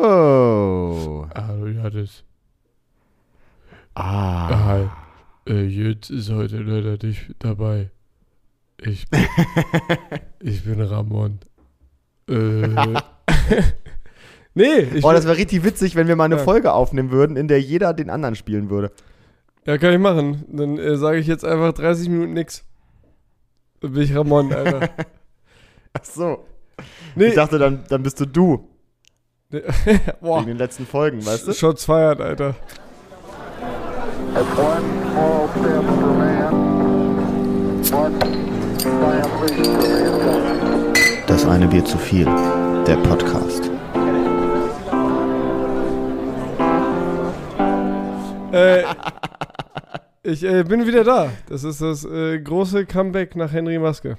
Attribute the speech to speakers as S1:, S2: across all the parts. S1: Hello.
S2: Hallo Janis.
S1: Ah.
S2: Hi. Äh, Jütz ist heute leider nicht dabei. Ich, ich bin Ramon. Äh, nee, ich
S1: Boah,
S2: bin,
S1: das wäre richtig witzig, wenn wir mal eine
S2: Ja.
S1: Folge aufnehmen würden, in der jeder den anderen spielen würde.
S2: ja, kann ich machen. Dann äh, sage ich jetzt einfach 30 Minuten nix. Dann bin ich Ramon, Alter.
S1: Ach so.
S2: Nee,
S1: Ich dachte, dann, dann bist du du
S2: nee.
S1: in
S2: boah,
S1: den letzten Folgen, weißt du?
S2: Shots feiert, Alter.
S3: That's one small step for man, one giant leap for mankind.
S4: Das eine Bier zu viel. Der Podcast.
S2: Äh, ich äh, bin wieder da. Das ist das äh, große Comeback nach Henry Maske.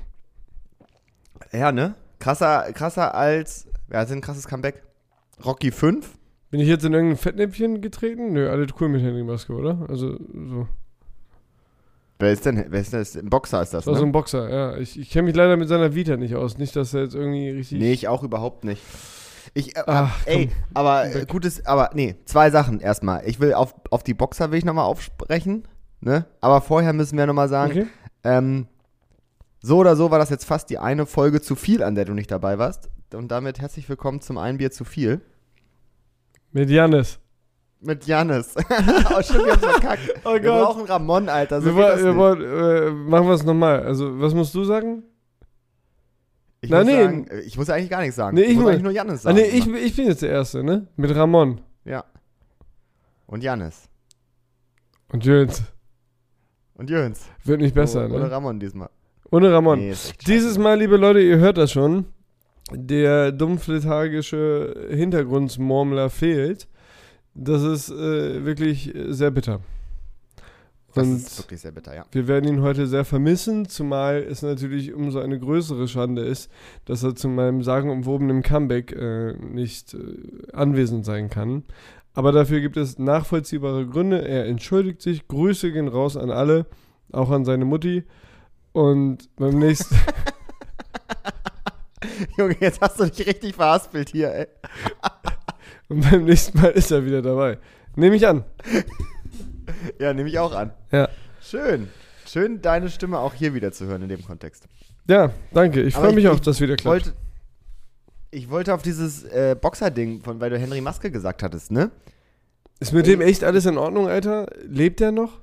S1: Ja, ne? Krasser, krasser als. Ja, das ist ein krasses Comeback. Rocky 5?
S2: Bin ich jetzt in irgendein Fettnäpfchen getreten? Nö, alles cool mit Henry Maske, oder? Also, so.
S1: Wer ist denn? Wer ist denn? Ist- Ein Boxer ist das,
S2: Das war so
S1: ne?
S2: ein Boxer, ja. Ich, ich kenne mich leider mit seiner Vita nicht aus. Nicht, dass er jetzt irgendwie richtig.
S1: Nee, ich auch überhaupt nicht. Ich, äh,
S2: Ach,
S1: ey,
S2: komm.
S1: aber äh,
S2: Weg.
S1: gutes, aber nee, zwei Sachen erstmal. Ich will auf, auf die Boxer will ich nochmal aufsprechen, ne? Aber vorher müssen wir nochmal sagen,
S2: Okay.
S1: Ähm, so oder so war das jetzt fast die eine Folge zu viel, an der du nicht dabei warst. Und damit herzlich willkommen zum Ein Bier zu viel
S2: Mit Janis.
S1: mit Janis. oh, stimmt, wir haben's verkackt.
S2: Oh
S1: wir brauchen Ramon, Alter. So
S2: wir
S1: geht
S2: wollen,
S1: das
S2: wir
S1: nicht.
S2: wollen, äh, machen wir es nochmal. Also, was musst du sagen?
S1: ich,
S2: Na,
S1: muss
S2: nee.
S1: sagen, äh, ich muss eigentlich gar nichts sagen.
S2: Nee,
S1: ich,
S2: ich
S1: muss
S2: muss-
S1: eigentlich nur Janis
S2: Ah,
S1: sagen.
S2: nee, ich, ich bin jetzt der Erste, ne? Mit Ramon
S1: ja. Und Janis.
S2: und Jöns.
S1: Und Jöns.
S2: Wird nicht besser,
S1: Ohne- Ohne
S2: ne?
S1: Ramon diesmal.
S2: Ohne Ramon.
S1: Oh, Nee, ist echt scheiße.
S2: Dieses Mal, liebe Leute, ihr hört das schon. Der dumpflethargische Hintergrundsmurmler fehlt. Das ist äh, wirklich äh, sehr bitter.
S1: Das
S2: Und
S1: ist wirklich sehr bitter, ja.
S2: wir werden ihn heute sehr vermissen, zumal es natürlich umso eine größere Schande ist, dass er zu meinem sagenumwobenen Comeback äh, nicht äh, anwesend sein kann. Aber dafür gibt es nachvollziehbare Gründe. Er entschuldigt sich. Grüße gehen raus an alle, auch an seine Mutti. Und beim nächsten.
S1: Junge, jetzt hast du dich richtig verhaspelt hier, ey.
S2: Und beim nächsten Mal ist er wieder dabei. Nehme ich an.
S1: Ja, nehme ich auch an.
S2: Ja.
S1: Schön. Schön, deine Stimme auch hier wieder zu hören in dem Kontext.
S2: Ja, danke. Ich
S1: Aber
S2: freue mich
S1: ich-
S2: auf, dass wieder klappt.
S1: wollte, ich wollte auf dieses äh, Boxer-Ding, von, weil du Henry Maske gesagt hattest, ne?
S2: Ist mit dem echt alles in Ordnung, Alter? Lebt er noch?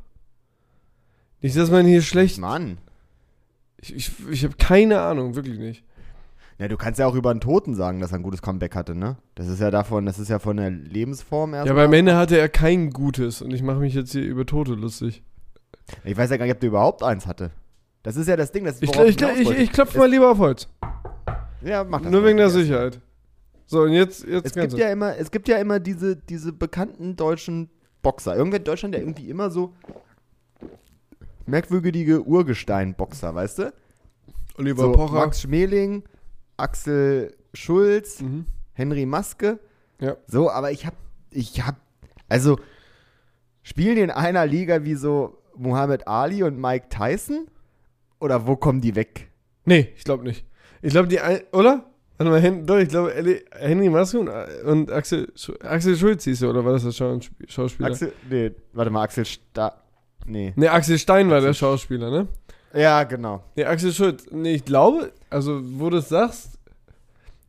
S2: Nicht, dass man hier schlecht.
S1: Mann.
S2: Ich, ich, ich habe keine Ahnung, wirklich nicht.
S1: Ja, du kannst ja auch über einen Toten sagen, dass er ein gutes Comeback hatte, ne? Das ist ja davon, das ist ja von der Lebensform erst.
S2: ja, aber am Ende hatte er kein Gutes und ich mache mich jetzt hier über Tote lustig.
S1: ich weiß ja gar nicht, ob der überhaupt eins hatte. Das ist ja das Ding, das
S2: Ich,
S1: worauf
S2: ich,
S1: hinaus
S2: ich,
S1: wollte.
S2: ich klopfe mal lieber auf Holz.
S1: Ja, mach das.
S2: Nur
S1: mal.
S2: wegen der
S1: Ja.
S2: Sicherheit. So, und jetzt, jetzt
S1: Es gibt, ja immer, es gibt ja immer diese, diese bekannten deutschen Boxer. Irgendwer in Deutschland, der irgendwie immer so merkwürdige Urgestein-Boxer, weißt du?
S2: Oliver
S1: So,
S2: Pocher.
S1: Max Schmeling, Axel Schulz,
S2: Mhm.
S1: Henry Maske.
S2: Ja.
S1: So, aber ich hab, ich hab, also spielen die in einer Liga wie so Muhammad Ali und Mike Tyson? Oder wo kommen die weg?
S2: Nee, ich glaube nicht. Ich glaube, die ein, oder? Warte mal, Hen doch, ich glaube, Eli- Henry Maske und, und Axel, Schu- Axel Schulz hieß er, oder war das der Schau- Schauspieler? Axel
S1: Axel, nee, warte mal, Axel Sta, nee.
S2: nee, Axel Stein war der Schauspieler, ne?
S1: Ja, genau.
S2: Nee, Axel Schulz. Nee, ich glaube, also, wo du das sagst,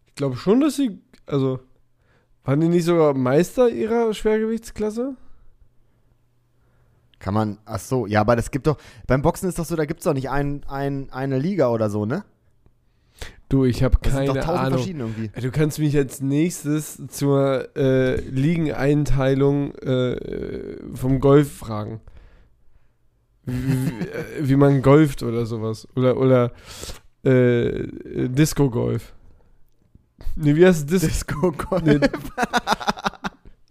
S2: ich glaube schon, dass sie, also, waren die nicht sogar Meister ihrer Schwergewichtsklasse?
S1: Kann man, ach so, ja, aber das gibt doch, beim Boxen ist doch so, da gibt's doch nicht ein, ein, eine Liga oder so, ne?
S2: Du, ich habe
S1: Das sind
S2: keine
S1: doch tausend
S2: Ahnung.
S1: verschiedene irgendwie.
S2: Du kannst mich als nächstes zur äh, Ligeneinteilung äh, vom Golf fragen. Wie, wie- äh, wie man golft oder sowas. Oder, oder äh, äh, Disco-Golf. Nee, wie heißt es? Dis
S1: Disco-Golf.
S2: nee.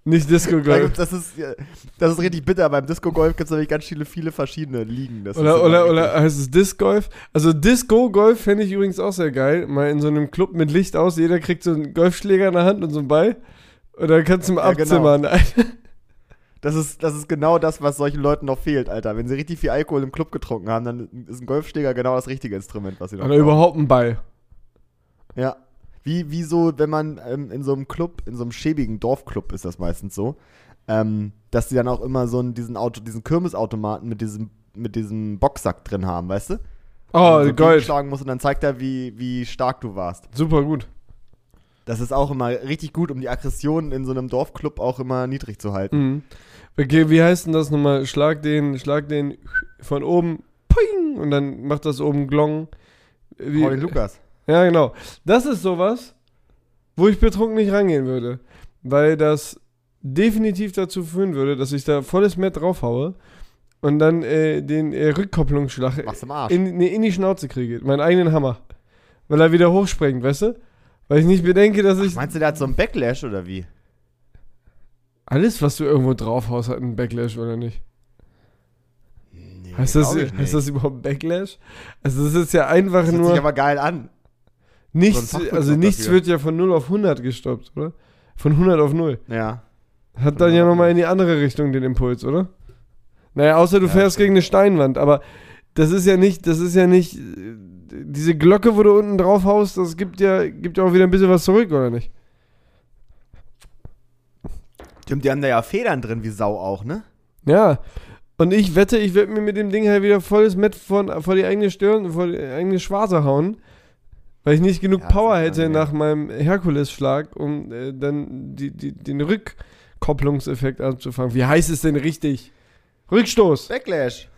S2: Nicht Disco-Golf.
S1: Das ist, ja, das ist richtig bitter. Beim Disco-Golf gibt es nämlich ganz viele, viele verschiedene Ligen. Das ist
S2: Oder,
S1: immer
S2: oder,
S1: richtig-
S2: oder heißt es Disc-Golf? Also Disco-Golf fände ich übrigens auch sehr geil. Mal in so einem Club mit Licht aus, jeder kriegt so einen Golfschläger in der Hand und so einen Ball. Und dann kannst du mal
S1: Ja, genau.
S2: abzimmern.
S1: Das ist, das ist genau das, was solchen Leuten noch fehlt, Alter. Wenn sie richtig viel Alkohol im Club getrunken haben, dann ist ein Golfschläger genau das richtige Instrument, was sie noch
S2: Oder
S1: brauchen.
S2: überhaupt einen Ball.
S1: Ja. Wie, wie so, wenn man ähm, in so einem Club, in so einem schäbigen Dorfclub ist das meistens so, ähm, dass die dann auch immer so einen, diesen, Auto, diesen Kirmesautomaten mit diesem, mit diesem Boxsack drin haben, weißt du?
S2: Oh,
S1: Wo du
S2: Gold.
S1: schlagen musst und dann zeigt er, wie, wie stark du warst.
S2: Super gut.
S1: Das ist auch immer richtig gut, um die Aggressionen in so einem Dorfclub auch immer niedrig zu halten.
S2: Mhm. Okay, wie heißt denn das nochmal? Schlag den, schlag den von oben, poing, und dann macht das oben Glong. Wie,
S1: Paul Lukas.
S2: Ja, genau. Das ist sowas, wo ich betrunken nicht rangehen würde. Weil das definitiv dazu führen würde, dass ich da volles Met draufhaue und dann äh, den äh, Rückkopplungsschlag
S1: Machst du im Arsch.
S2: in, nee, in die Schnauze kriege. Meinen eigenen Hammer. Weil er wieder hochspringt, weißt du? Weil ich nicht bedenke, dass ich.
S1: Meinst du, der hat so einen Backlash oder wie?
S2: Alles, was du irgendwo draufhaust, hat einen Backlash, oder nicht?
S1: Nee,
S2: Heißt das,
S1: glaub ich nicht.
S2: heißt das überhaupt Backlash? Also, das ist ja einfach
S1: Das hört
S2: nur.
S1: sich aber geil an.
S2: nichts,
S1: so ein Fachbegriff
S2: also, nichts
S1: dafür.
S2: wird ja von 0 auf 100 gestoppt, oder? Von 100 auf 0.
S1: Ja.
S2: Hat dann ja nochmal in die andere Richtung den Impuls, oder? Naja, außer du
S1: Ja,
S2: fährst gegen eine Steinwand, aber das ist ja nicht, das ist ja nicht, äh, diese Glocke, wo du unten drauf haust, das gibt ja, gibt ja auch wieder ein bisschen was zurück, oder nicht?
S1: Stimmt, die haben da ja Federn drin, wie Sau auch, ne?
S2: Ja. Und ich wette, ich werde mir mit dem Ding halt wieder volles Met von, vor die eigene Stirn, vor die eigene Schwarze hauen, weil ich nicht genug
S1: Ja, das
S2: Power
S1: ist
S2: hätte
S1: angenehm.
S2: nach meinem Herkulesschlag, um äh, dann die, die, den Rückkopplungseffekt anzufangen. Wie heißt es denn richtig? Rückstoß.
S1: Backlash.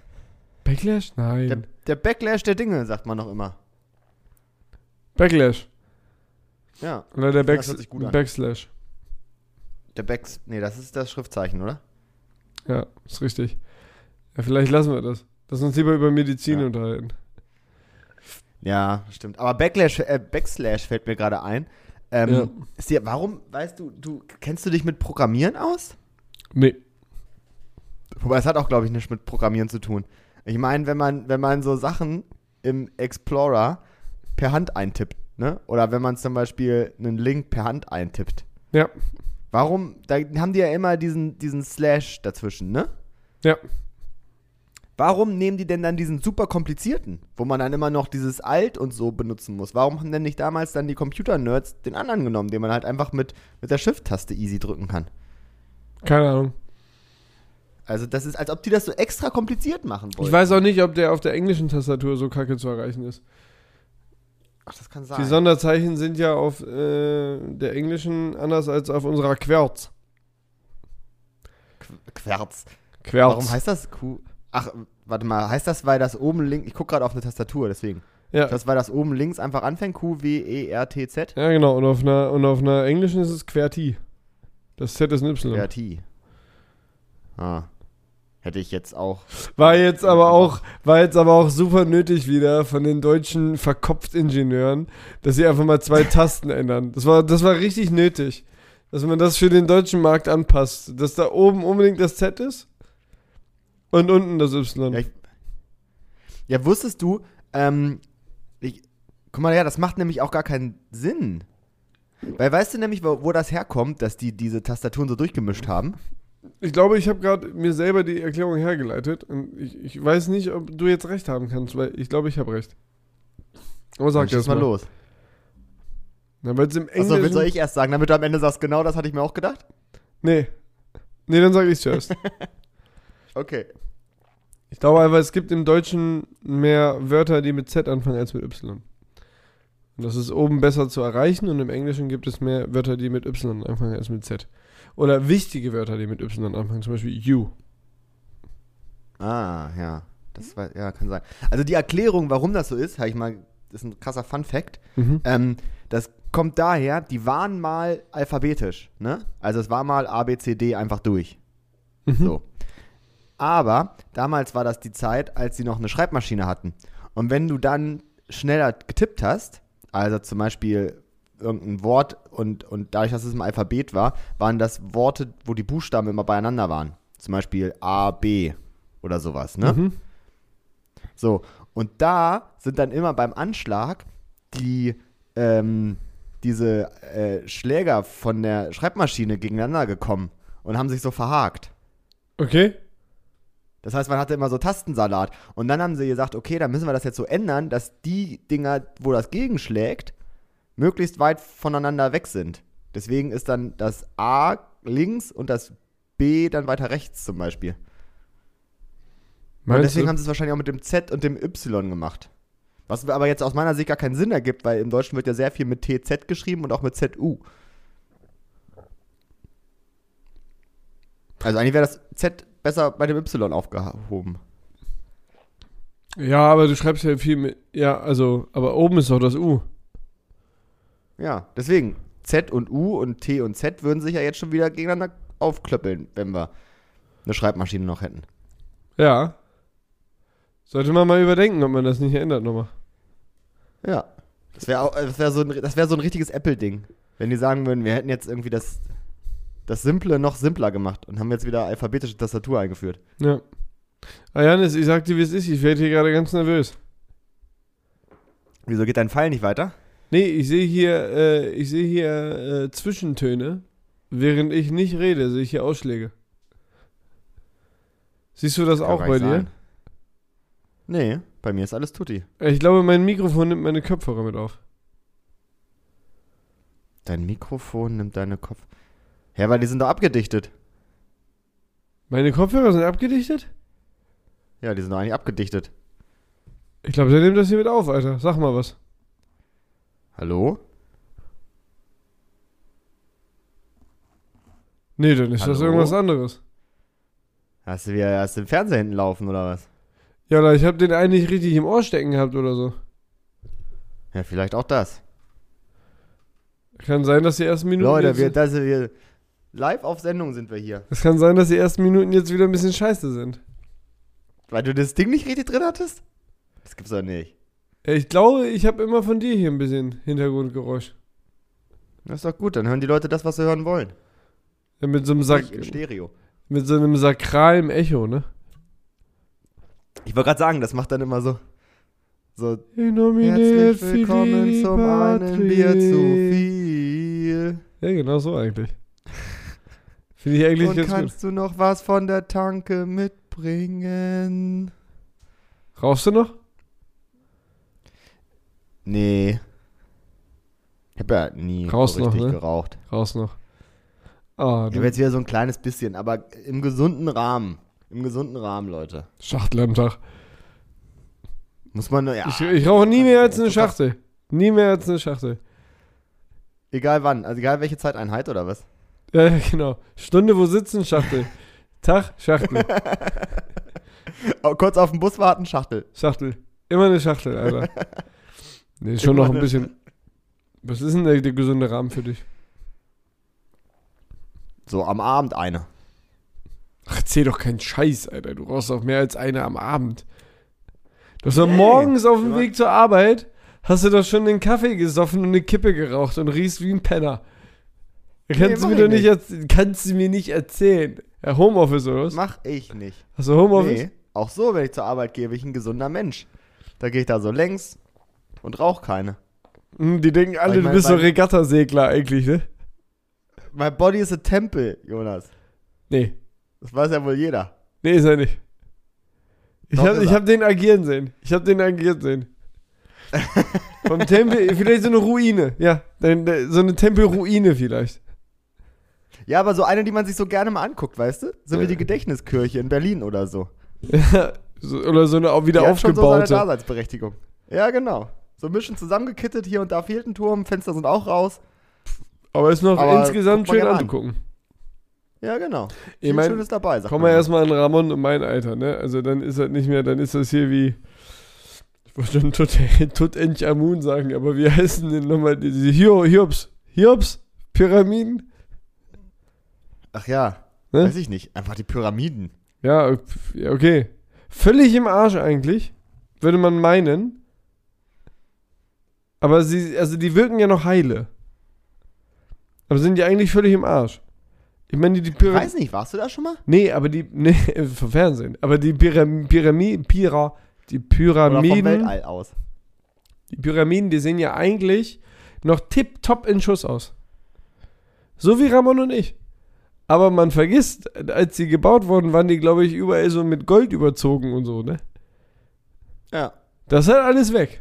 S2: Backlash? Nein.
S1: Der, der Backlash der Dinge, sagt man noch immer.
S2: Backlash.
S1: Ja.
S2: Oder der
S1: Das
S2: Backs
S1: hört sich gut an.
S2: Backslash.
S1: Der Backs. Nee, das ist das Schriftzeichen, oder?
S2: Ja, ist richtig. Ja, vielleicht lassen wir das. Lass uns lieber über Medizin
S1: Ja.
S2: unterhalten.
S1: Ja, stimmt. Aber Backlash, äh, Backslash fällt mir gerade ein. Ähm,
S2: Ja.
S1: ist dir, warum, weißt du, du, kennst du dich mit Programmieren aus?
S2: Nee.
S1: Wobei es hat auch, glaube ich, nichts mit Programmieren zu tun. Ich meine, wenn man, wenn man so Sachen im Explorer per Hand eintippt, ne? Oder wenn man zum Beispiel einen Link per Hand eintippt.
S2: Ja.
S1: Warum, da haben die ja immer diesen, diesen Slash dazwischen, ne?
S2: Ja.
S1: Warum nehmen die denn dann diesen super komplizierten, wo man dann immer noch dieses Alt und so benutzen muss? Warum haben denn nicht damals dann die Computer-Nerds den anderen genommen, den man halt einfach mit, mit der Shift-Taste easy drücken kann?
S2: Keine Ahnung.
S1: Also das ist, als ob die das so extra kompliziert machen wollen.
S2: Ich weiß auch nicht, ob der auf der englischen Tastatur so kacke zu erreichen ist.
S1: Ach, das kann
S2: Die
S1: sein.
S2: Sonderzeichen sind ja auf äh, der englischen anders als auf unserer Querz.
S1: Qu- Querz.
S2: Querz.
S1: Warum heißt das Q? Ach, warte mal, heißt das, weil das oben links, ich gucke gerade auf eine Tastatur, deswegen.
S2: ja.
S1: Das, weil das oben links einfach anfängt, Q, W, E, R, T, Z?
S2: ja, genau. Und auf, einer, und auf einer englischen ist es QWERTY. Das Z ist ein Y.
S1: Ja, T. Ah. Hätte ich jetzt auch.
S2: War jetzt aber
S1: Genau.
S2: auch, war jetzt aber auch super nötig wieder von den deutschen verkopft Ingenieuren, dass sie einfach mal zwei Tasten ändern. Das war, das war richtig nötig, dass man das für den deutschen Markt anpasst, dass da oben unbedingt das Z ist und unten das Y.
S1: Ja, ich- Ja, wusstest du, ähm, ich, guck mal, ja, das macht nämlich auch gar keinen Sinn. Weil weißt du nämlich, wo, wo das herkommt, dass die diese Tastaturen so durchgemischt haben?
S2: Ich glaube, ich habe gerade mir selber die Erklärung hergeleitet und ich, ich weiß nicht, ob du jetzt recht haben kannst, weil ich glaube, ich habe recht. Aber
S1: Dann
S2: sag
S1: schieß
S2: jetzt mal.
S1: los.
S2: Na, weil's im
S1: Achso,
S2: Englischen-
S1: will soll ich erst sagen, damit du am Ende sagst, genau das hatte ich mir auch gedacht?
S2: Nee. Nee, dann sage ich zuerst.
S1: Okay.
S2: Ich glaube einfach, es gibt im Deutschen mehr Wörter, die mit Z anfangen als mit Y. Und das ist oben besser zu erreichen und im Englischen gibt es mehr Wörter, die mit Y anfangen als mit Z. Oder wichtige Wörter, die mit Y anfangen, zum Beispiel you.
S1: Ah, ja. Das war, ja, kann sein. Also die Erklärung, warum das so ist, habe ich mal, das ist ein krasser Fun-Fact.
S2: Mhm.
S1: Ähm, das kommt daher, die waren mal alphabetisch, ne? Also es war mal A, B, C, D einfach durch. So. Aber damals war das die Zeit, als sie noch eine Schreibmaschine hatten. Und wenn du dann schneller getippt hast, also zum Beispiel irgendein Wort und, und dadurch, dass es im Alphabet war, waren das Worte, wo die Buchstaben immer beieinander waren. Zum Beispiel A, B oder sowas, ne?
S2: Mhm.
S1: So, und da sind dann immer beim Anschlag die, ähm, diese äh, Schläger von der Schreibmaschine gegeneinander gekommen und haben sich so verhakt.
S2: Okay?
S1: Das heißt, man hatte immer so Tastensalat. Und dann haben sie gesagt, okay, dann müssen wir das jetzt so ändern, dass die Dinger, wo das gegenschlägt, möglichst weit voneinander weg sind. Deswegen ist dann das A links und das B dann weiter rechts zum Beispiel. Und
S2: Meinst
S1: deswegen
S2: du?
S1: haben sie es wahrscheinlich auch mit dem Z und dem Y gemacht. Was aber jetzt aus meiner Sicht gar keinen Sinn ergibt, weil im Deutschen wird ja sehr viel mit TZ geschrieben und auch mit ZU. Also eigentlich wäre das Z besser bei dem Y aufgehoben.
S2: Ja, aber du schreibst ja viel mit. Ja, also, aber oben ist doch das U.
S1: Ja, deswegen. Z und U und T und Z würden sich ja jetzt schon wieder gegeneinander aufklöppeln, wenn wir eine Schreibmaschine noch hätten.
S2: Ja. Sollte man mal überdenken, ob man das nicht ändert nochmal.
S1: Ja. Das wäre das wär so, ein- das wär so ein richtiges Apple-Ding. Wenn die sagen würden, wir hätten jetzt irgendwie das, das Simple noch simpler gemacht und haben jetzt wieder alphabetische Tastatur eingeführt.
S2: Ja. Ah, Janis, ich sag dir, wie es ist. Ich werde hier gerade ganz nervös.
S1: Wieso geht dein Pfeil nicht weiter?
S2: Nee, ich sehe hier, äh, ich sehe hier äh, Zwischentöne. Während ich nicht rede, sehe ich hier Ausschläge. Siehst du das
S1: Kann
S2: auch
S1: gar
S2: bei
S1: nicht
S2: dir?
S1: sein. Nee, bei mir ist alles tutti.
S2: Ich glaube, mein Mikrofon nimmt meine Kopfhörer mit auf.
S1: Dein Mikrofon nimmt deine Kopf. Ja, weil die sind doch abgedichtet.
S2: Meine Kopfhörer sind abgedichtet?
S1: Ja, die sind doch eigentlich abgedichtet.
S2: Ich glaube, der nimmt das hier mit auf, Alter. Sag mal was.
S1: Hallo?
S2: Nee, dann ist das
S1: Hallo?
S2: irgendwas anderes.
S1: Hast du, wieder, hast du den Fernseher hinten laufen oder was?
S2: Ja, oder ich habe den einen nicht richtig im Ohr stecken gehabt oder so.
S1: Ja, vielleicht auch das.
S2: Kann sein, dass die ersten Minuten.
S1: Leute,
S2: jetzt,
S1: wir, das, wir live auf Sendung sind wir hier.
S2: es kann sein, dass die ersten Minuten jetzt wieder ein bisschen scheiße sind.
S1: Weil du das Ding nicht richtig drin hattest? Das gibt's doch nicht.
S2: Äh, Ich glaube, ich habe immer von dir hier ein bisschen Hintergrundgeräusch.
S1: Das ist doch gut, dann hören die Leute das, was sie hören wollen.
S2: Ja, Äh, mit so einem
S1: Sag,
S2: Sak
S1: Im Stereo.
S2: mit so einem sakralen Echo, ne?
S1: Ich wollte gerade sagen, das macht dann immer so. So,
S2: Nominiert
S1: herzlich
S2: für
S1: willkommen
S2: die
S1: zum einen Bier zu
S2: Patrie.
S1: viel.
S2: Ja, genau so eigentlich. Finde ich eigentlich
S1: Und
S2: ganz gut.
S1: kannst du noch was von der Tanke mitbringen?
S2: Rauchst du noch?
S1: Nee. Ich hab ja nie so
S2: Raus noch,
S1: richtig
S2: ne?
S1: geraucht.
S2: Rauchst noch. Ah,
S1: Ich
S2: du
S1: habe jetzt wieder so ein kleines bisschen, aber im gesunden Rahmen. Im gesunden Rahmen, Leute.
S2: Schachtel am Tag.
S1: Muss man, ja.
S2: Ich, ich rauche nie mehr als eine Schachtel. Nie mehr als eine Schachtel.
S1: Egal wann, also egal welche Zeiteinheit oder was.
S2: Ja, ja, genau. Stunde wo sitzen, Schachtel. Tag, Schachtel.
S1: Oh, kurz auf den Bus warten, Schachtel.
S2: Schachtel. Immer eine Schachtel, Alter. Nee, schon noch ein bisschen. Was ist denn der, der gesunde Rahmen für dich?
S1: So am Abend eine.
S2: Ach, erzähl doch keinen Scheiß, Alter. Du rauchst auch mehr als eine am Abend. Du hast doch morgens auf dem
S1: Immer-
S2: Weg zur Arbeit, hast du doch schon den Kaffee gesoffen und eine Kippe geraucht und riechst wie ein Penner. Kannst,
S1: mach
S2: du mir doch
S1: ich
S2: nicht erz- kannst du mir nicht erzählen. Ja, Homeoffice oder was?
S1: Mach ich nicht.
S2: Hast du Homeoffice?
S1: Nee, auch so, wenn ich zur Arbeit gehe, bin ich ein gesunder Mensch. Da gehe ich da so längs und rauche keine.
S2: Hm, Die denken alle,
S1: Ich
S2: du
S1: mein,
S2: bist so
S1: mein-
S2: Regattasegler eigentlich, ne?
S1: My body is a temple, Jonas.
S2: Nee.
S1: Das weiß ja wohl jeder.
S2: Nee, ist er nicht. Ich
S1: Doch,
S2: habe
S1: ist
S2: ich
S1: er.
S2: hab den agieren sehen. Ich habe den agieren sehen. Vom Tempel, vielleicht so eine Ruine. Ja, dann, äh, so eine Tempelruine vielleicht.
S1: Ja, aber so eine, die man sich so gerne mal anguckt, weißt du? So wie
S2: Ja.
S1: die Gedächtniskirche in Berlin oder so.
S2: so, oder so eine au- wieder
S1: Die hat schon so seine
S2: aufgebaute.
S1: Daseinsberechtigung. Ja, genau. So ein bisschen zusammengekittet, hier und da fehlt ein Turm, Fenster sind auch raus.
S2: aber ist noch
S1: Aber
S2: insgesamt
S1: guck mal
S2: schön
S1: gerne an.
S2: anzugucken.
S1: Ja, genau.
S2: Ich
S1: Viel
S2: mein,
S1: Schönes dabei, sagt
S2: Komm
S1: man
S2: mal
S1: ja.
S2: erstmal an Ramon und mein Alter, ne? Also dann ist das nicht mehr, dann ist das hier wie. Ich wollte schon Tut- Tutanchamun sagen, aber wie heißen denn nochmal diese Hio- Hiobs? Hiobs? Pyramiden?
S1: Ach ja,
S2: Ne?
S1: weiß ich nicht. Einfach die Pyramiden.
S2: Ja, pf, ja, okay. Völlig im Arsch eigentlich, würde man meinen. Aber sie, also die wirken ja noch heile. Aber sind die eigentlich völlig im Arsch? Ich meine, die, die
S1: Ich
S2: Pyramiden.
S1: weiß nicht, warst du da schon mal?
S2: Nee, aber die. Nee, vom Fernsehen. Aber die Pyram Pyrami Pira, die
S1: Oder vom
S2: Pyramiden.
S1: Weltall aus.
S2: Die Pyramiden, die sehen ja eigentlich noch tipptopp in Schuss aus. So wie Ramon und ich. Aber man vergisst, als sie gebaut wurden, waren die, glaube ich, überall so mit Gold überzogen und so, ne?
S1: Ja.
S2: Das ist halt alles weg.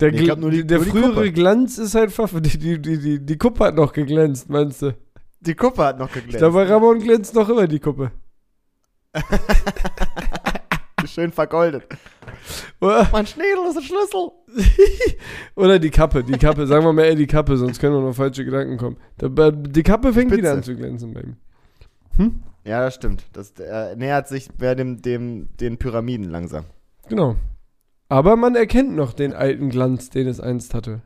S2: Der,
S1: Nee, ich
S2: Gl-
S1: glaub, nur die-
S2: der
S1: nur die
S2: frühere
S1: Kuppe.
S2: Glanz ist halt ver... Die, die, die, die, die Kuppe hat noch geglänzt, meinst du?
S1: Die Kuppe hat noch
S2: Ich
S1: geglänzt.
S2: glaube, bei Ramon glänzt noch immer die Kuppe.
S1: Schön vergoldet.
S2: Oder,
S1: Mein Schnädel ist ein Schlüssel.
S2: oder die Kappe, die Kappe. Sagen wir mal eher die Kappe, sonst können auch noch falsche Gedanken kommen. Da, bei- die Kappe fängt
S1: Spitze.
S2: wieder an zu glänzen bei ihm.
S1: Ja, das stimmt. Das äh, nähert sich mehr dem, dem, den Pyramiden langsam.
S2: Genau. Aber man erkennt noch den alten Glanz, den es einst hatte.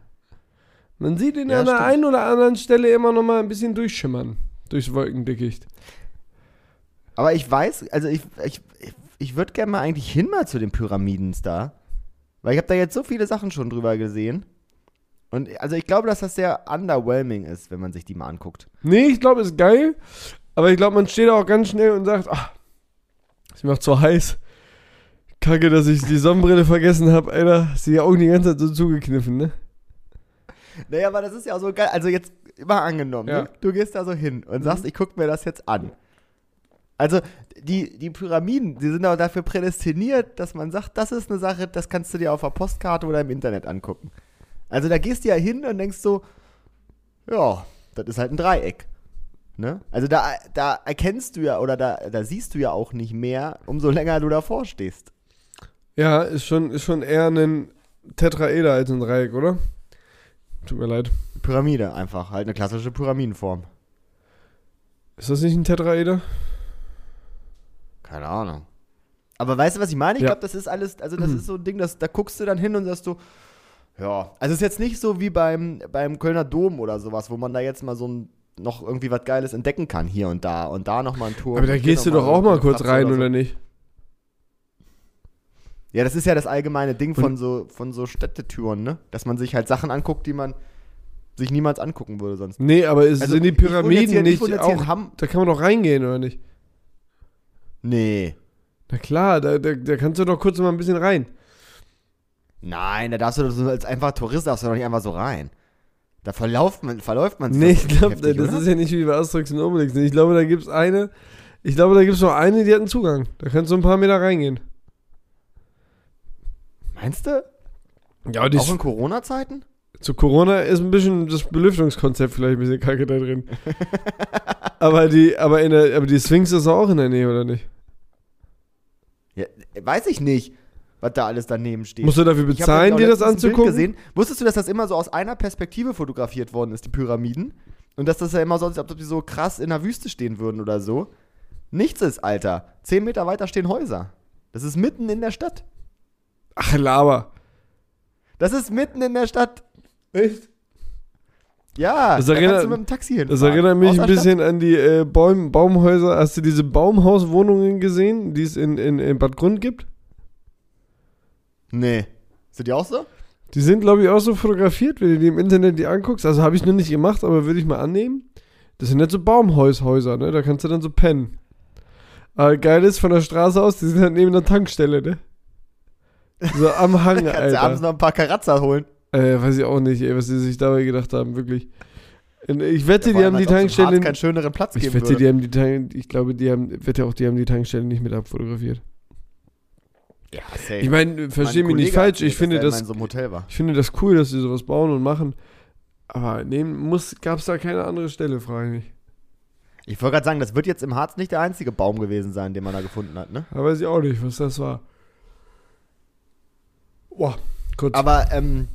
S2: Man sieht ihn
S1: Ja,
S2: an der
S1: stimmt.
S2: einen oder anderen Stelle immer noch mal ein bisschen durchschimmern. Durchs Wolkendickicht.
S1: Aber ich weiß, also ich, ich, ich- ich würde gerne mal eigentlich hin mal zu den Pyramidenstar. Weil ich habe da jetzt so viele Sachen schon drüber gesehen. Und also ich glaube, dass das sehr underwhelming ist, wenn man sich die mal anguckt.
S2: Nee, ich glaube, ist geil. Aber ich glaube, man steht auch ganz schnell und sagt, ah, ist mir auch zu heiß. Kacke, dass ich die Sonnenbrille vergessen habe, Alter. Ist die Augen die ganze Zeit so zugekniffen, ne?
S1: Naja, aber das ist ja auch so geil. Also jetzt immer angenommen,
S2: Ja.
S1: ne? du gehst da so hin und sagst, ich gucke mir das jetzt an. Also die, die Pyramiden, die sind auch dafür prädestiniert, dass man sagt, das ist eine Sache, das kannst du dir auf der Postkarte oder im Internet angucken. Also da gehst du ja hin und denkst so, ja, das ist halt ein Dreieck. Ne? Also da, da erkennst du ja oder da, da siehst du ja auch nicht mehr, umso länger du davor stehst.
S2: Ja, ist schon, ist schon eher ein Tetraeder als ein Dreieck, oder? Tut mir leid.
S1: Pyramide einfach, halt eine klassische Pyramidenform.
S2: Ist das nicht ein Tetraeder?
S1: Keine Ahnung. Aber weißt du, was ich meine? Ich
S2: Ja. Mhm.
S1: glaube, das ist alles, also das ist so ein Ding, das, da guckst du dann hin und sagst du, ja. Also es ist jetzt nicht so wie beim, beim Kölner Dom oder sowas, wo man da jetzt mal so ein, noch irgendwie was Geiles entdecken kann, hier und da und da nochmal ein Tour.
S2: Aber da
S1: und hier
S2: gehst du
S1: noch
S2: doch auch
S1: irgendwie
S2: mal
S1: eine
S2: kurz
S1: Fratze
S2: rein,
S1: so.
S2: oder nicht?
S1: Ja, das ist ja das allgemeine Ding von so, von so Städtetüren, ne? Dass man sich halt Sachen anguckt, die man sich niemals angucken würde sonst.
S2: Nee, aber ist,
S1: Also
S2: sind die
S1: ich wohne jetzt
S2: Pyramiden
S1: hier- ich
S2: nicht
S1: wohne jetzt hier in
S2: auch...
S1: Hamm-
S2: Da kann man doch reingehen, oder nicht?
S1: Nee.
S2: Na klar, da, da, da kannst du doch kurz mal ein bisschen rein.
S1: Nein, da darfst du so als einfach Tourist darfst du doch nicht einfach so rein. Da verläuft man, verläuft man sich
S2: Nee,
S1: doch
S2: ich glaube,
S1: heftig,
S2: das
S1: oder?
S2: ist ja nicht wie bei Asterix und Obelix. Ich glaube, da gibt's eine, ich glaube, da gibt's nur eine, die hat einen Zugang. Da kannst du ein paar Meter reingehen.
S1: Meinst du?
S2: Ja,
S1: auch in Corona-Zeiten?
S2: zu Corona ist ein bisschen das Belüftungskonzept vielleicht ein bisschen kacke da drin. aber die, aber in der, aber die Sphinx ist auch in der Nähe, oder nicht?
S1: Ja, weiß ich nicht, was da alles daneben steht.
S2: Musst du dafür
S1: Ich hab nämlich
S2: bezahlen,
S1: auch
S2: dir das
S1: letztens ein Bild
S2: anzugucken?
S1: Gesehen. Wusstest du, dass das immer so aus einer Perspektive fotografiert worden ist, die Pyramiden? Und dass das ja immer so aussieht, als ob die so krass in der Wüste stehen würden oder so? Nichts ist, Alter. Zehn Meter weiter stehen Häuser. Das ist mitten in der Stadt.
S2: Ach, Laber.
S1: Das ist mitten in der Stadt.
S2: Echt?
S1: Ja,
S2: Das
S1: da
S2: erinnert-
S1: kannst du mit dem Taxi
S2: Das
S1: hinfahren.
S2: erinnert mich
S1: Aus
S2: ein
S1: der Stadt.
S2: bisschen an die äh, Baum, Baumhäuser. Hast du diese Baumhauswohnungen gesehen, die es in, in, in Bad Grund gibt?
S1: Nee. Sind die auch so?
S2: Die sind, glaube ich, auch so fotografiert, wenn du die im Internet die anguckst. Also habe ich noch nicht gemacht, aber würde ich mal annehmen. Das sind nicht so Baumhäushäuser, ne? Da kannst du dann so pennen. Aber geil ist von der Straße aus, die sind halt neben der Tankstelle, ne? So am Hang,
S1: Kannst du abends
S2: Alter.
S1: noch ein paar Karatzer holen.
S2: Äh, weiß ich auch nicht, ey, was die sich dabei gedacht haben, wirklich. Und ich wette,
S1: Vor
S2: die
S1: allem, halt als ob es
S2: haben die
S1: im
S2: Tankstelle.
S1: Harz keinen schöneren Platz
S2: ich
S1: geben
S2: wette,
S1: würde.
S2: die haben die Tank, Ich glaube, die haben. Wette auch, die haben die Tankstelle nicht mit abfotografiert.
S1: ja, safe.
S2: Ich meine, versteh mich
S1: Mein
S2: nicht
S1: Kollege
S2: falsch.
S1: erzählt,
S2: Ich finde
S1: dass der immer
S2: das
S1: in so einem Hotel war.
S2: Ich finde das cool, dass sie sowas bauen und machen. Aber nehmen muss, gab es da keine andere Stelle, frage ich mich.
S1: Ich wollte gerade sagen, das wird jetzt im Harz nicht der einzige Baum gewesen sein, den man da gefunden hat, ne?
S2: Da weiß ich auch nicht, was das war. Boah, kurz.
S1: Aber ähm,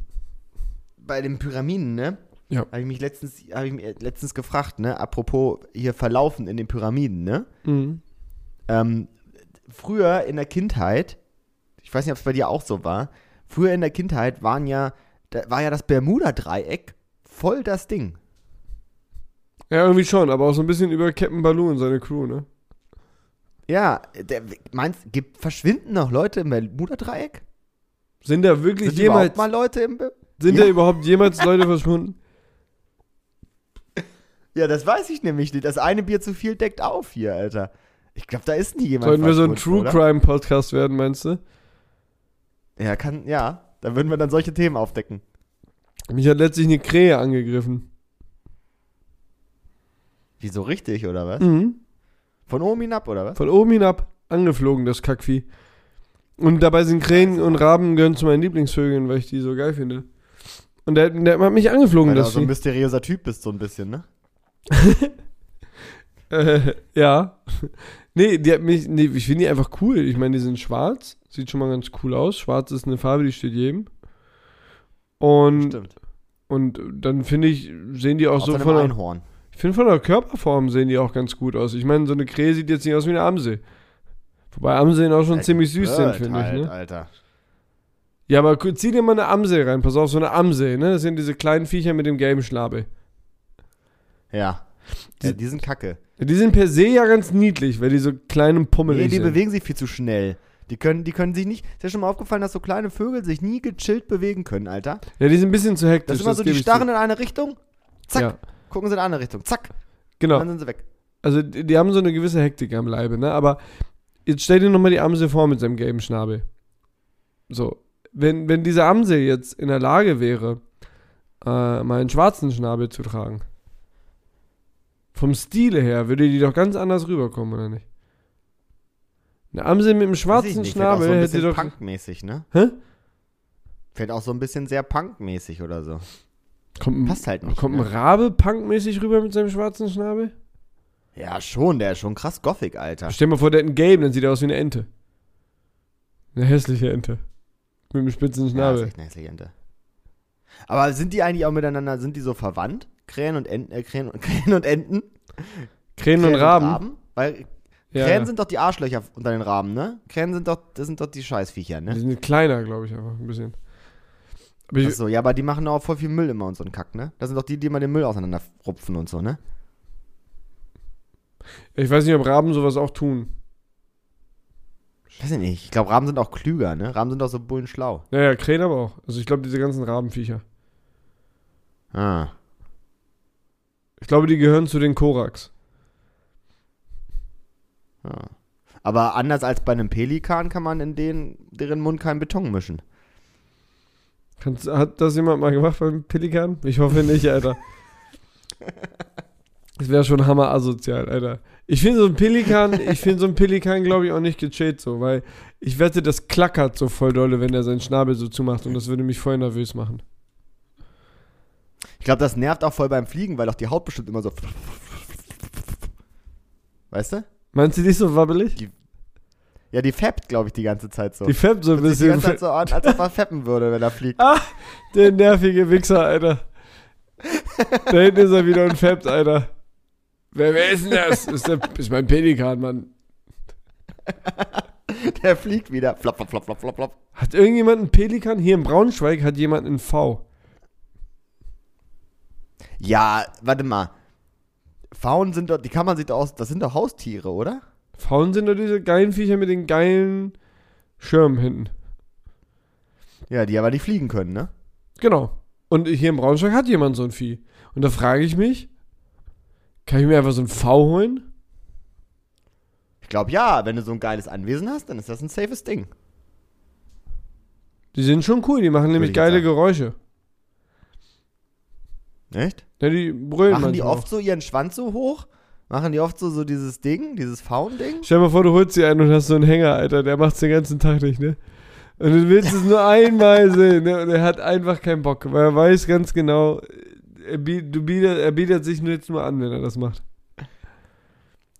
S1: bei den Pyramiden, ne?
S2: Ja.
S1: Habe ich mich letztens, habe ich mich letztens gefragt, ne? Apropos hier verlaufen in den Pyramiden, ne?
S2: mhm.
S1: Ähm, früher in der Kindheit, ich weiß nicht, ob es bei dir auch so war, früher in der Kindheit waren ja, da war ja das Bermuda-Dreieck voll das Ding.
S2: Ja, irgendwie schon, aber auch so ein bisschen über Captain Baloo und seine Crew, ne?
S1: Ja, der, meinst, gibt, verschwinden noch Leute im Bermuda-Dreieck?
S2: Sind da wirklich
S1: Sind
S2: jemals,
S1: überhaupt mal Leute im Be
S2: sind
S1: Ja.
S2: da überhaupt jemals Leute verschwunden?
S1: Ja, das weiß ich nämlich nicht. Das eine Bier zu viel deckt auf hier, Alter. Ich glaube, da ist nie jemand.
S2: Sollten wir so ein True
S1: verschwunden, oder?
S2: Crime Podcast werden, meinst du?
S1: Ja, kann, ja. Da würden wir dann solche Themen aufdecken.
S2: Mich hat letztlich eine Krähe angegriffen.
S1: Wieso richtig, oder was?
S2: Mhm.
S1: Von oben hinab, oder was?
S2: Von oben hinab angeflogen, das Kackvieh. Und dabei sind Krähen und Raben gehören zu meinen Lieblingsvögeln, weil ich die so geil finde. Und der, der hat mich angeflogen,
S1: Weil du auch
S2: das
S1: so ein
S2: Vieh.
S1: mysteriöser Typ bist, so ein bisschen, ne?
S2: Äh, ja. Nee, die hat mich, nee, ich finde die einfach cool. Ich meine, die sind schwarz. Sieht schon mal ganz cool aus. Schwarz ist eine Farbe, die steht jedem. Und,
S1: Stimmt.
S2: und dann finde ich, sehen die Hm, auch
S1: Außer
S2: so
S1: einem
S2: von der,
S1: Einhorn.
S2: ich finde von der Körperform sehen die auch ganz gut aus. Ich meine, so eine Krähe sieht jetzt nicht aus wie eine Amsel. Wobei Amseln auch schon ziemlich süß sind,
S1: Bird
S2: finde ich,
S1: Äh, halt,
S2: ne?
S1: Alter.
S2: Ja, aber gu- zieh dir mal eine Amsel rein. Pass auf, so eine Amsel, ne? Das sind diese kleinen Viecher mit dem gelben Schnabel.
S1: Ja. Die, ja, die sind kacke.
S2: Die sind per se ja ganz niedlich, weil die so klein und
S1: Nee,
S2: pummelig
S1: die
S2: sind.
S1: bewegen sich viel zu schnell. Die können, die können sich nicht. Ist ja schon mal aufgefallen, dass so kleine Vögel sich nie gechillt bewegen können, Alter.
S2: Ja, die sind ein bisschen zu hektisch.
S1: Das ist immer so,
S2: gebe
S1: die
S2: ich
S1: starren
S2: zu.
S1: in eine Richtung, zack,
S2: Ja,
S1: gucken sie in eine andere Richtung, zack,
S2: genau.
S1: dann sind sie weg.
S2: Also die, die haben so eine gewisse Hektik am Leibe, ne? Aber jetzt stell dir nochmal die Amsel vor mit seinem gelben Schnabel. So. Wenn, wenn diese Amsel jetzt in der Lage wäre, äh, mal einen schwarzen Schnabel zu tragen, vom Stile her würde die doch ganz anders rüberkommen, oder nicht? Eine Amsel mit einem
S1: Weiß ich
S2: schwarzen
S1: nicht,
S2: Schnabel
S1: fällt auch so
S2: hätte
S1: ein bisschen
S2: doch.
S1: punkmäßig, ne?
S2: Hä?
S1: Fällt auch so ein bisschen sehr punkmäßig oder so.
S2: Kommt ein,
S1: Passt halt nicht.
S2: kommt ein
S1: ne?
S2: Rabe punkmäßig rüber mit seinem schwarzen Schnabel?
S1: Ja, schon, der ist schon krass gothic, Alter.
S2: Stell dir mal vor, der hat einen gelben, dann sieht er aus wie eine Ente. Eine hässliche Ente. Mit einem spitzen
S1: Ja, also das ist
S2: Schnabel.
S1: echt eine hässliche Ente. Aber sind die eigentlich auch miteinander, sind die so verwandt? Krähen und Enten, äh, Krähen, und- Krähen und Enten?
S2: Krähen und Raben.
S1: Weil
S2: Ja,
S1: Krähen
S2: ja.
S1: sind doch die Arschlöcher unter den Raben, ne? Krähen sind doch, das sind doch die Scheißviecher,
S2: Die
S1: ne?
S2: sind kleiner, glaube ich, einfach ein bisschen. Aber ich,
S1: Achso, ja, aber die machen auch voll viel Müll immer und so einen Kack, ne? Das sind doch die, die immer den Müll auseinanderrupfen und so, ne?
S2: ich weiß nicht, ob Raben sowas auch tun.
S1: Weiß ich nicht. Ich glaube, Raben sind auch klüger, ne? Raben sind doch so Bullen schlau.
S2: Naja, Krähen aber auch. Also ich glaube, diese ganzen Rabenviecher.
S1: Ah.
S2: Ich glaube, die gehören zu den Korax.
S1: ja. Aber anders als bei einem Pelikan kann man in den, deren Mund keinen Beton mischen.
S2: Kannst, hat das jemand mal gemacht beim Pelikan? Ich hoffe nicht, Alter. Das wäre schon hammer asozial, Alter. Ich finde so ein Pelikan, ich finde so ein Pelikan, glaube ich, auch nicht gechillt so, weil ich wette, das klackert so voll dolle, wenn er seinen Schnabel so zumacht und das würde mich voll nervös machen.
S1: Ich glaube, das nervt auch voll beim Fliegen, weil auch die Haut bestimmt immer so. Weißt du?
S2: Meinst du die ist so wabbelig?
S1: Ja, die fappt, glaube ich, die ganze Zeit so.
S2: Die fäppt so ein
S1: Hört sich die
S2: bisschen.
S1: ganze
S2: Ah.
S1: Zeit so an, als ob er fappen würde, wenn er fliegt.
S2: Der nervige Wichser, Alter. da hinten ist er wieder und fäppt, Alter. Wer, wer ist denn das? Ist, der, ist mein Pelikan, Mann.
S1: Der fliegt wieder. Flop, flop, flop, flop, flop, flop.
S2: Hat irgendjemand einen Pelikan? Hier in Braunschweig hat jemand einen V.
S1: Ja, warte mal. Faunen sind doch, die kann man sich doch aus, das sind doch Haustiere, oder?
S2: Faunen sind doch diese geilen Viecher mit den geilen Schirmen hinten.
S1: Ja, die aber nicht fliegen können, ne?
S2: Genau. Und hier in Braunschweig hat jemand so ein Vieh. Und da frage ich mich, kann ich mir einfach so ein V holen?
S1: Ich glaube ja, wenn du so ein geiles Anwesen hast, dann ist das ein safes Ding.
S2: Die sind schon cool, die machen nämlich
S1: ich jetzt
S2: geile
S1: sagen.
S2: Geräusche.
S1: Echt?
S2: Ja, die brüllen
S1: Machen die
S2: manchmal auch.
S1: oft so ihren Schwanz so hoch? Machen die oft so, so dieses Ding, dieses Faun-Ding?
S2: Stell dir mal vor, du holst sie ein und hast so einen Hänger, Alter. Der macht's den ganzen Tag nicht, ne? Und du willst es nur einmal sehen, ne? Und er hat einfach keinen Bock, weil er weiß ganz genau, er, biet, du bietet, er bietet sich nur jetzt nur an, wenn er das macht.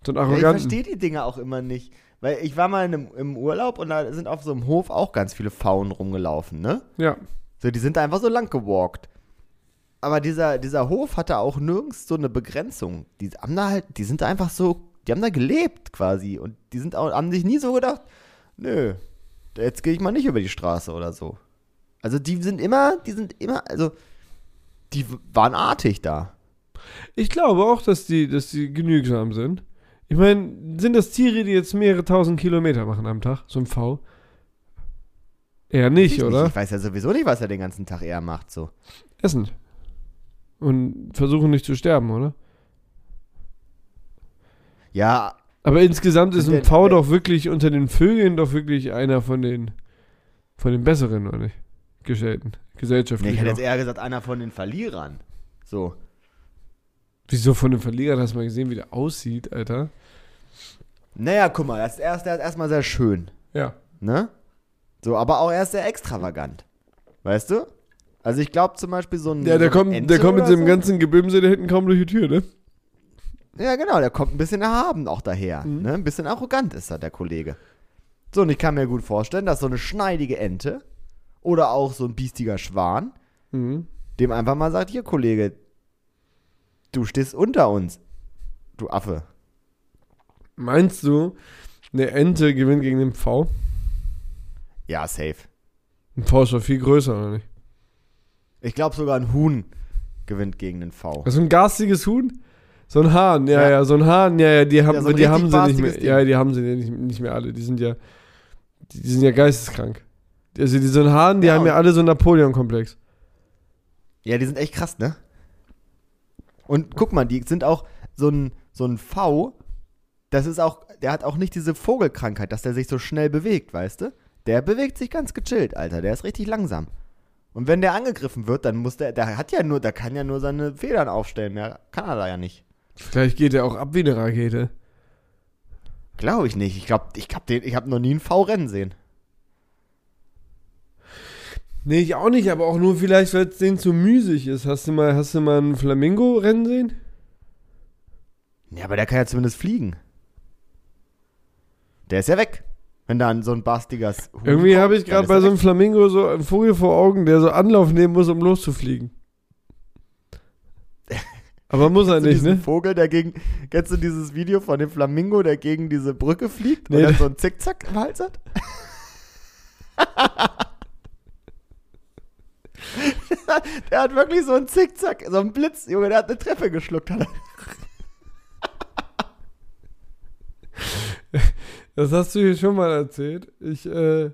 S2: So ein
S1: Ja, ich
S2: arroganten.
S1: verstehe die Dinger auch immer nicht. Weil ich war mal in einem, im Urlaub und da sind auf so einem Hof auch ganz viele Faunen rumgelaufen, ne?
S2: ja.
S1: So, die sind da einfach so lang gewalkt. Aber dieser, dieser Hof hatte auch nirgends so eine Begrenzung. Die haben da halt, die sind da einfach so, die haben da gelebt quasi. Und die sind auch, haben sich nie so gedacht, nö, jetzt gehe ich mal nicht über die Straße oder so. Also die sind immer, die sind immer, also die w- waren artig da.
S2: Ich glaube auch, dass die, dass die genügsam sind. Ich meine, sind das Tiere, die jetzt mehrere tausend Kilometer machen am Tag? So ein V? Eher nicht,
S1: Weiß
S2: oder?
S1: Ich weiß ja sowieso nicht, was er den ganzen Tag eher macht so.
S2: Essen. Und versuchen nicht zu sterben, oder?
S1: Ja,
S2: Aber insgesamt ist
S1: Und
S2: ein
S1: der-
S2: V
S1: der-
S2: doch wirklich unter den Vögeln doch wirklich einer von den von den besseren, oder nicht? Gestellten.
S1: nee,
S2: Gesellschaftlich.
S1: ich hätte jetzt
S2: auch.
S1: eher gesagt, einer von den Verlierern. So.
S2: Wieso von den Verlierern hast du mal gesehen, wie der aussieht, Alter?
S1: Naja, guck mal, das erste ist erstmal sehr schön.
S2: Ja.
S1: ne? So, aber auch er ist sehr extravagant. Weißt du? Also ich glaube zum Beispiel so ein.
S2: Ja, der
S1: so eine
S2: kommt, der
S1: Ente
S2: kommt mit
S1: oder so.
S2: seinem ganzen Gebimse da hinten kaum durch die Tür, ne?
S1: Ja, genau, der kommt ein bisschen erhaben auch daher.
S2: Mhm.
S1: Ne? Ein bisschen arrogant ist er, der Kollege. So, und ich kann mir gut vorstellen, dass so eine schneidige Ente oder auch so ein biestiger Schwan
S2: Mhm.
S1: dem einfach mal sagt, hier Kollege, du stehst unter uns, du Affe.
S2: Meinst du, eine Ente gewinnt gegen den Pfau?
S1: Ja, safe.
S2: Ein Pfau ist doch viel größer, oder nicht?
S1: Ich glaube sogar ein Huhn gewinnt gegen den V.
S2: So ein garstiges Huhn? So ein Hahn, ja, ja,
S1: Ja.
S2: so ein Hahn, ja, ja, die haben,
S1: Ja, so ein
S2: die haben
S1: richtig
S2: sie nicht mehr.
S1: garstiges Ding.
S2: Ja, die haben sie nicht, nicht mehr alle. Die sind ja, die, die sind ja geisteskrank. Also die so ein Hahn, die
S1: Ja,
S2: haben ja
S1: und-
S2: alle so einen Napoleon-Komplex.
S1: Ja, die sind echt krass, ne? Und guck mal, die sind auch so ein, so ein V, das ist auch, der hat auch nicht diese Vogelkrankheit, dass der sich so schnell bewegt, weißt du? Der bewegt sich ganz gechillt, Alter, der ist richtig langsam. Und wenn der angegriffen wird, dann muss der, der hat ja nur, der kann ja nur seine Federn aufstellen, mehr kann er da ja nicht.
S2: Vielleicht geht der auch ab wie eine Rakete.
S1: Glaube ich nicht. Ich glaube, ich hab den, ich habe noch nie einen V rennen sehen.
S2: Nee, ich auch nicht, aber auch nur vielleicht, weil es denen zu müßig ist. Hast du mal, hast du mal einen Flamingo rennen sehen?
S1: Ja, aber der kann ja zumindest fliegen. Der ist ja weg. Wenn da ein- so ein bastiges Huhn
S2: Irgendwie
S1: kommt,
S2: habe ich
S1: dann
S2: gerade
S1: ist
S2: bei
S1: er
S2: so einem
S1: weg.
S2: Flamingo so einen Vogel vor Augen, der so Anlauf nehmen muss, um loszufliegen. Aber muss er
S1: Kennst du
S2: nicht,
S1: diesen
S2: ne?
S1: Vogel, der gegen. Kennst du dieses Video von dem Flamingo, der gegen diese Brücke fliegt
S2: Nee.
S1: und dann so einen Zickzack im Hals hat? der, hat, der hat wirklich so einen Zickzack, so einen Blitz, Junge, der hat eine Treppe geschluckt. Hat er.
S2: Das hast du hier schon mal erzählt. Ich, äh,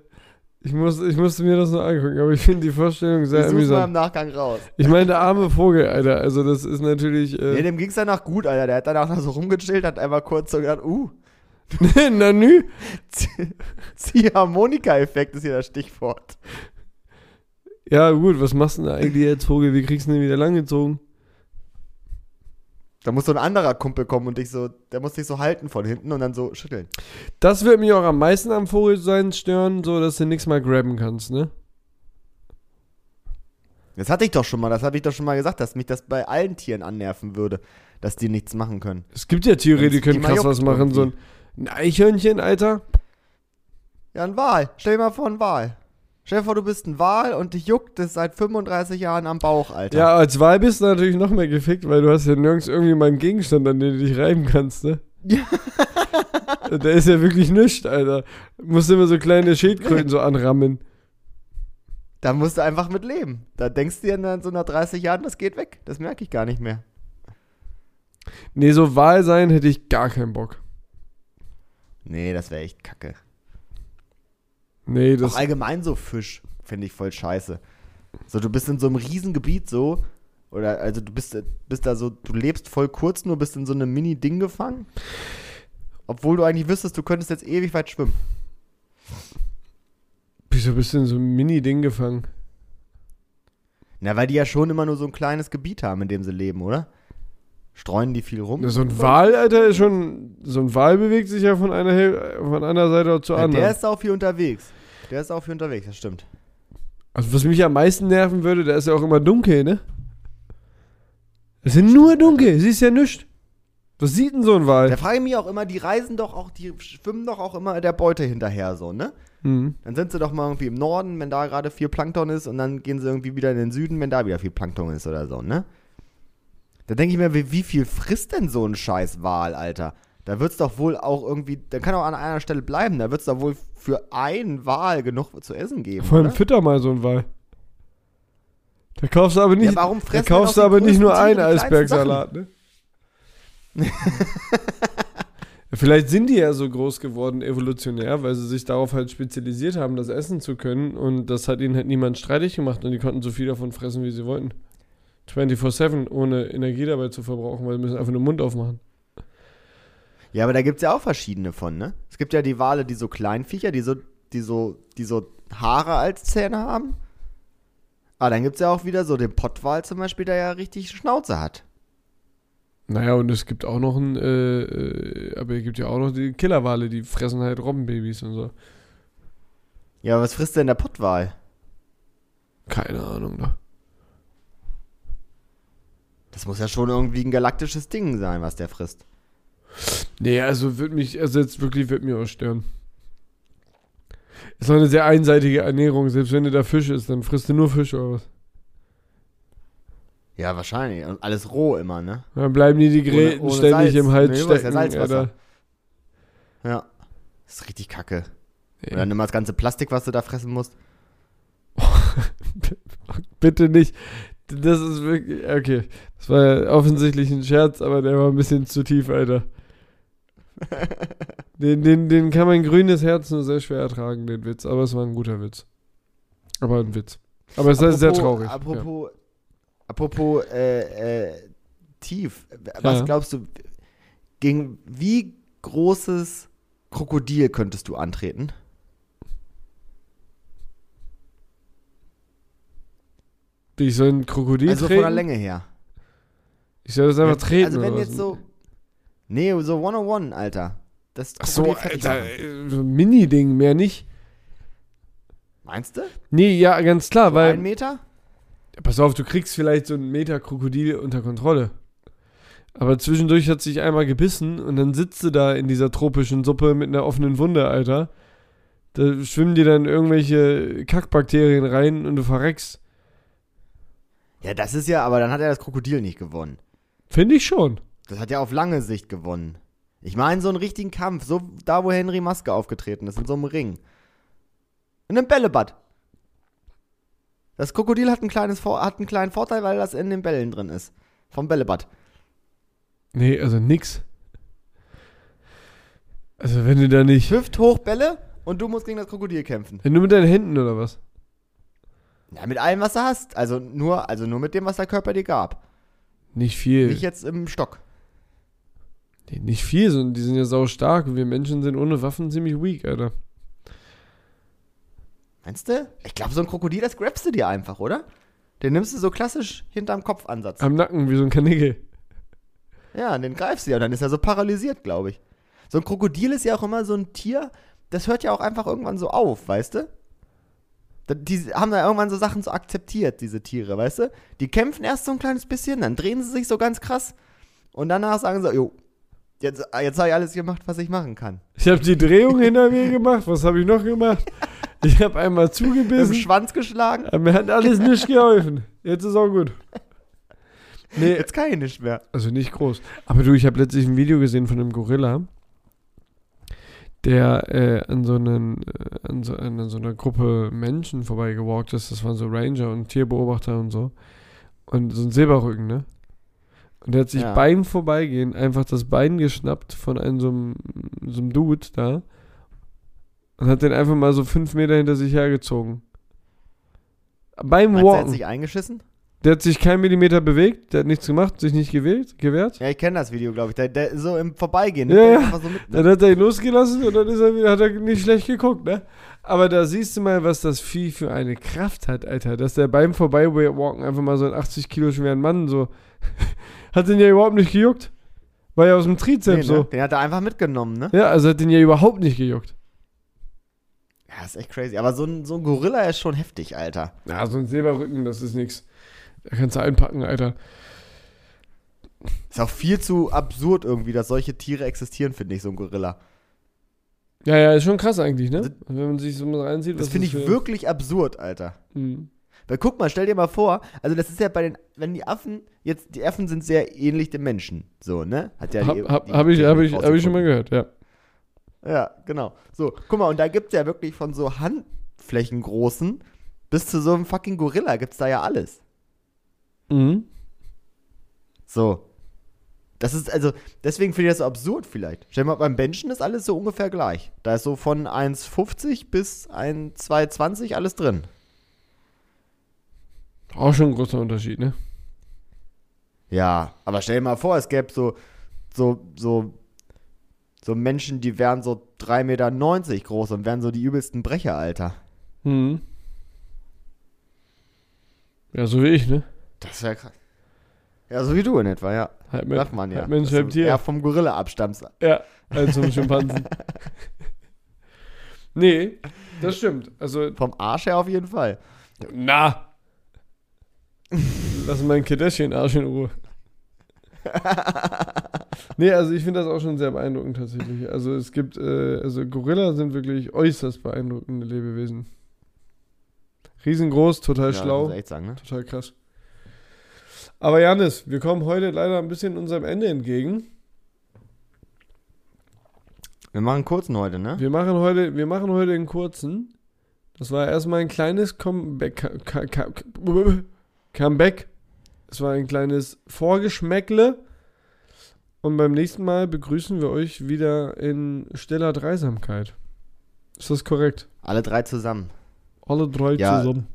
S2: ich, muss, ich musste mir das nur angucken, aber ich finde die Vorstellung sehr
S1: Ich such's mal im
S2: amüsant.
S1: Nachgang raus.
S2: Ich meine, der arme Vogel, Alter. Also, das ist natürlich.
S1: Nee,
S2: Äh,
S1: dem ging's danach gut, Alter. Der hat danach noch so rumgechillt, hat einmal kurz so gedacht, uh,
S2: na nü.
S1: Ziehharmonika-Effekt ist hier das Stichwort.
S2: Ja, gut, was machst du denn da eigentlich jetzt, Vogel? Wie kriegst du denn wieder langgezogen?
S1: Da muss so ein anderer Kumpel kommen und dich so, der muss dich so halten von hinten und dann so schütteln.
S2: Das wird mich auch am meisten am Vogelsein stören, so dass du nichts mal grabben kannst, ne?
S1: Das hatte ich doch schon mal, das habe ich doch schon mal gesagt, dass mich das bei allen Tieren annerven würde, dass die nichts machen können.
S2: Es gibt ja Tiere, die
S1: Wenn's
S2: können
S1: die mal
S2: krass
S1: juckt
S2: was machen. So ein, ein Eichhörnchen, Alter.
S1: Ja, ein Wal. Stell dir mal vor, ein Wal. Stell dir vor, du bist ein Wal und dich juckt es seit 35 Jahren am Bauch, Alter.
S2: Ja, als Wahl bist du natürlich noch mehr gefickt, weil du hast ja nirgends irgendwie mal einen Gegenstand, an den du dich reiben kannst, ne?
S1: Ja.
S2: da ist ja wirklich nichts, Alter. Du musst immer so kleine Schildkröten so anrammen.
S1: Da musst du einfach mit leben. Da denkst du dir dann so nach 30 Jahren, das geht weg. Das merke ich gar nicht mehr.
S2: Nee, so Wahl sein hätte ich gar keinen Bock.
S1: Nee, das wäre echt kacke.
S2: Nee,
S1: auch
S2: das.
S1: allgemein so Fisch finde ich voll scheiße. So, du bist in so einem Riesengebiet so, oder also du bist, bist da so, du lebst voll kurz nur, bist in so einem Mini-Ding gefangen. Obwohl du eigentlich wüsstest, du könntest jetzt ewig weit schwimmen.
S2: Wieso bist du in so einem Mini-Ding gefangen?
S1: Na, weil die ja schon immer nur so ein kleines Gebiet haben, in dem sie leben, oder? Streuen die viel rum?
S2: Na, So ein Wal, Alter, ist schon. So ein Wal bewegt sich ja von einer, Hel- von einer Seite zur
S1: Ja,
S2: anderen.
S1: der ist auch viel unterwegs. Der ist auch viel unterwegs, das stimmt.
S2: Also was mich am meisten nerven würde, da ist ja auch immer dunkel, ne? Es sind nur dunkel, siehst ja nichts. Was sieht denn so ein
S1: Da
S2: Wal?
S1: frage ich mich auch immer, die reisen doch auch, die schwimmen doch auch immer der Beute hinterher, so, ne?
S2: Hm.
S1: Dann sind sie doch mal irgendwie im Norden, wenn da gerade viel Plankton ist, und dann gehen sie irgendwie wieder in den Süden, wenn da wieder viel Plankton ist oder so, ne? Da denke ich mir, wie, wie viel frisst denn so ein scheiß Wal, Alter? Da wird's doch wohl auch irgendwie, da kann auch an einer Stelle bleiben, da wird's doch wohl für einen Wal genug zu essen geben.
S2: Vor allem
S1: oder?
S2: fütter mal so ein Wal. Da kaufst du aber nicht,
S1: warum
S2: da
S1: fressen denn auch
S2: kaufst du
S1: die
S2: aber nicht
S1: größten
S2: nur
S1: Tiere
S2: einen
S1: die kleinsten
S2: Eisbergsalat, ne? Ja, Vielleicht sind die ja so groß geworden evolutionär, weil sie sich darauf halt spezialisiert haben, das essen zu können und das hat ihnen halt niemand streitig gemacht und die konnten so viel davon fressen, wie sie wollten. 24-7, ohne Energie dabei zu verbrauchen, weil sie müssen einfach nur den Mund aufmachen.
S1: Ja, aber da gibt's ja auch verschiedene von, ne? Es gibt ja die Wale, die so Kleinviecher, die so, die so, die so Haare als Zähne haben. Ah, dann gibt's ja auch wieder so den Pottwal zum Beispiel, der ja richtig Schnauze hat.
S2: Naja, und es gibt auch noch ein, äh, äh, aber es gibt ja auch noch die Killerwale, die fressen halt Robbenbabys und so.
S1: Ja, was frisst denn der Pottwal?
S2: Keine Ahnung. Ne?
S1: Das muss ja schon irgendwie ein galaktisches Ding sein, was der frisst.
S2: Nee, also wird mich, also jetzt wirklich wird mir aussterben. Ist doch eine sehr einseitige Ernährung. Selbst wenn du da Fisch isst, dann frisst du nur Fisch oder was?
S1: Ja, wahrscheinlich. Und alles roh immer, ne?
S2: Dann bleiben dir die Gräten
S1: Ohne- ohne
S2: ständig
S1: Salz.
S2: im Hals
S1: Nee, du brauchst ja
S2: stecken.
S1: Salzwasser.
S2: Alter.
S1: Ja. Das ist richtig kacke.
S2: Nee.
S1: Und dann nimm mal das ganze Plastik, was du da fressen musst.
S2: Bitte nicht. Das ist wirklich. Okay. Das war ja offensichtlich ein Scherz, aber der war ein bisschen zu tief, Alter. Den, den, den kann mein grünes Herz nur sehr schwer ertragen, den Witz. Aber es war ein guter Witz. Aber ein Witz. Aber es ist sehr traurig. ja.
S1: Apropos, apropos äh, äh, tief. Was
S2: Ja.
S1: glaubst du, gegen wie großes Krokodil könntest du antreten?
S2: Ich soll ein Krokodil
S1: also von
S2: treten?
S1: der Länge her.
S2: Ich soll das einfach treten.
S1: also wenn
S2: oder
S1: jetzt
S2: was?
S1: so. Nee, so 101, Alter. Das
S2: Ach so,
S1: Krokodil fertig
S2: Alter.
S1: machen.
S2: äh, so ein Mini-Ding, mehr nicht.
S1: Meinst du?
S2: Nee, ja, ganz klar,
S1: So
S2: weil.
S1: ein Meter?
S2: Ja, Pass auf, du kriegst vielleicht so einen Meter Krokodil unter Kontrolle. Aber zwischendurch hat sich einmal gebissen und dann sitzt du da in dieser tropischen Suppe mit einer offenen Wunde, Alter. Da schwimmen dir dann irgendwelche Kackbakterien rein und du verreckst.
S1: Ja, das ist ja, aber dann hat er das Krokodil nicht gewonnen.
S2: Finde ich schon.
S1: Das hat ja auf lange Sicht gewonnen. Ich meine, so einen richtigen Kampf, so da, wo Henry Maske aufgetreten ist, in so einem Ring. In einem Bällebad. Das Krokodil hat, ein kleines, Vor- hat einen kleinen Vorteil, weil das in den Bällen drin ist. Vom Bällebad.
S2: Nee, also nix. Also wenn du da nicht.
S1: Hüfthoch Bälle und du musst gegen das Krokodil kämpfen.
S2: Wenn du mit deinen Händen oder was?
S1: Ja, mit allem, was du hast. Also nur, also nur mit dem, was der Körper dir gab.
S2: Nicht viel.
S1: Nicht jetzt im Stock.
S2: Nee, nicht viel, sondern die sind ja sau stark und wir Menschen sind ohne Waffen ziemlich weak, Alter.
S1: Meinst du? Ich glaube, so ein Krokodil, das grabst du dir einfach, oder? Den nimmst du so klassisch hinterm Kopfansatz.
S2: Am Nacken, wie so ein Kanickel.
S1: Ja, den greifst du ja, dann ist er so paralysiert, glaube ich. So ein Krokodil ist ja auch immer so ein Tier, das hört ja auch einfach irgendwann so auf, weißt du? Da- Die haben da irgendwann so Sachen so akzeptiert, diese Tiere, weißt du? Die kämpfen erst so ein kleines bisschen, dann drehen sie sich so ganz krass und danach sagen sie, jo, jetzt, jetzt habe ich alles gemacht, was ich machen kann.
S2: Ich habe die Drehung hinter mir gemacht. Was habe ich noch gemacht? Ich habe einmal
S1: Mit dem
S2: zugebissen.
S1: Schwanz geschlagen,
S2: aber Mir hat alles nicht geholfen. Jetzt ist auch gut. Nee,
S1: jetzt kann ich nicht mehr.
S2: also nicht groß. Aber du, ich habe letztlich ein Video gesehen von einem Gorilla, der äh, an, so einen, äh, an, so, an so einer Gruppe Menschen vorbeigewalkt ist. Das waren so Ranger und Tierbeobachter und so. Und so ein Silberrücken, ne? Und der hat sich
S1: Ja.
S2: beim Vorbeigehen einfach das Bein geschnappt von einem so einem, so einem Dude da und hat den einfach mal so fünf Meter hinter sich hergezogen. Beim
S1: Meinst du, er hat
S2: Walken.
S1: sich eingeschissen?
S2: Der hat sich keinen Millimeter bewegt, der hat nichts gemacht, sich nicht gewählt, gewehrt.
S1: Ja, ich kenne das Video, glaube ich. Der, der, so im Vorbeigehen.
S2: Ja,
S1: nimmt er
S2: ja.
S1: Einfach so mit, ne?
S2: Dann hat er ihn losgelassen und dann ist er wieder, hat er nicht schlecht geguckt, ne? Aber da siehst du mal, was das Vieh für eine Kraft hat, Alter. Dass der beim Vorbeiwalken einfach mal so einen 80 Kilo schweren Mann so. hat den ja überhaupt nicht gejuckt. War ja aus dem Trizeps
S1: Nee, ne?
S2: so.
S1: Den hat er einfach mitgenommen, ne?
S2: Ja, also hat den ja überhaupt nicht gejuckt.
S1: Ja, ist echt crazy. Aber so ein, so ein Gorilla ist schon heftig, Alter.
S2: Ja, so ein Silberrücken, das ist nix. Da kannst du einpacken, Alter.
S1: Ist auch viel zu absurd irgendwie, dass solche Tiere existieren, finde ich, so ein Gorilla.
S2: Ja, ja, ist schon krass eigentlich, ne?
S1: Also-
S2: Wenn man sich so mal reinsieht,
S1: Das
S2: was
S1: finde ich
S2: für-
S1: wirklich absurd, Alter.
S2: Mhm.
S1: Weil guck mal, stell dir mal vor, also das ist ja bei den, wenn die Affen, jetzt, die Affen sind sehr ähnlich dem Menschen, so, ne? Hat ja die-
S2: Hab, hab,
S1: die
S2: hab, ich, hab,
S1: Theorie
S2: ich, hab ich schon mal gehört, ja.
S1: Ja, genau. So, guck mal, und da gibt's ja wirklich von so Handflächengroßen bis zu so einem fucking Gorilla gibt's da ja alles.
S2: Mhm.
S1: So. Das ist also, deswegen finde ich das so absurd vielleicht. Stell dir mal, beim Menschen ist alles so ungefähr gleich. Da ist so von 1,50 bis 1,220 alles drin.
S2: Auch schon ein großer Unterschied, ne?
S1: Ja, aber stell dir mal vor, es gäbe so, so, so, so Menschen, die wären so 3,90 Meter groß und wären so die übelsten Brecher, Alter.
S2: Mhm. Ja, so wie ich, ne?
S1: Das wäre krass. Ja, so wie du in etwa, ja.
S2: Halb Men-
S1: Sagt man ja.
S2: Halb Mensch,
S1: Dass du
S2: halb Tier.
S1: eher vom Gorilla abstammst.
S2: Ja, als so ein Schimpansen. Nee, das stimmt. Also,
S1: Vom Arsch her auf jeden Fall.
S2: na. Lass meinen Kardashian Arsch in Ruhe. nee, also ich finde das auch schon sehr beeindruckend tatsächlich. Also es gibt, äh, also Gorilla sind wirklich äußerst beeindruckende Lebewesen. Riesengroß, total
S1: ja,
S2: schlau.
S1: Muss ich echt sagen, ne?
S2: Total krass. Aber Janis, wir kommen heute leider ein bisschen unserem Ende entgegen.
S1: Wir machen einen kurzen heute, ne?
S2: Wir machen heute, wir machen heute einen kurzen. Das war erstmal ein kleines Comeback. Ka- Ka- Ka- Comeback. Es war ein kleines Vorgeschmäckle. Und beim nächsten Mal begrüßen wir euch wieder in stiller Dreisamkeit. Ist das korrekt?
S1: Alle drei zusammen.
S2: Alle drei
S1: Ja.
S2: zusammen.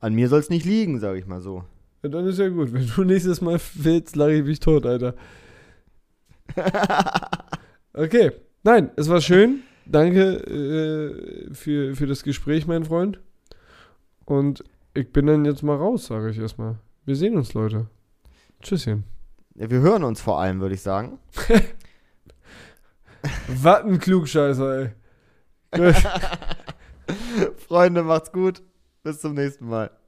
S1: An mir soll es nicht liegen, sage ich mal so.
S2: Ja, dann ist ja gut. Wenn du nächstes Mal willst, lache ich mich tot, Alter. Okay. Nein, es war schön. Danke äh, für, für das Gespräch, mein Freund. Und ich bin dann jetzt mal raus, sage ich erstmal. Wir sehen uns, Leute. Tschüsschen.
S1: Ja, wir hören uns vor allem, würde ich sagen.
S2: Was ein Klugscheißer, ey. Gut.
S1: Freunde, macht's gut. Bis zum nächsten Mal.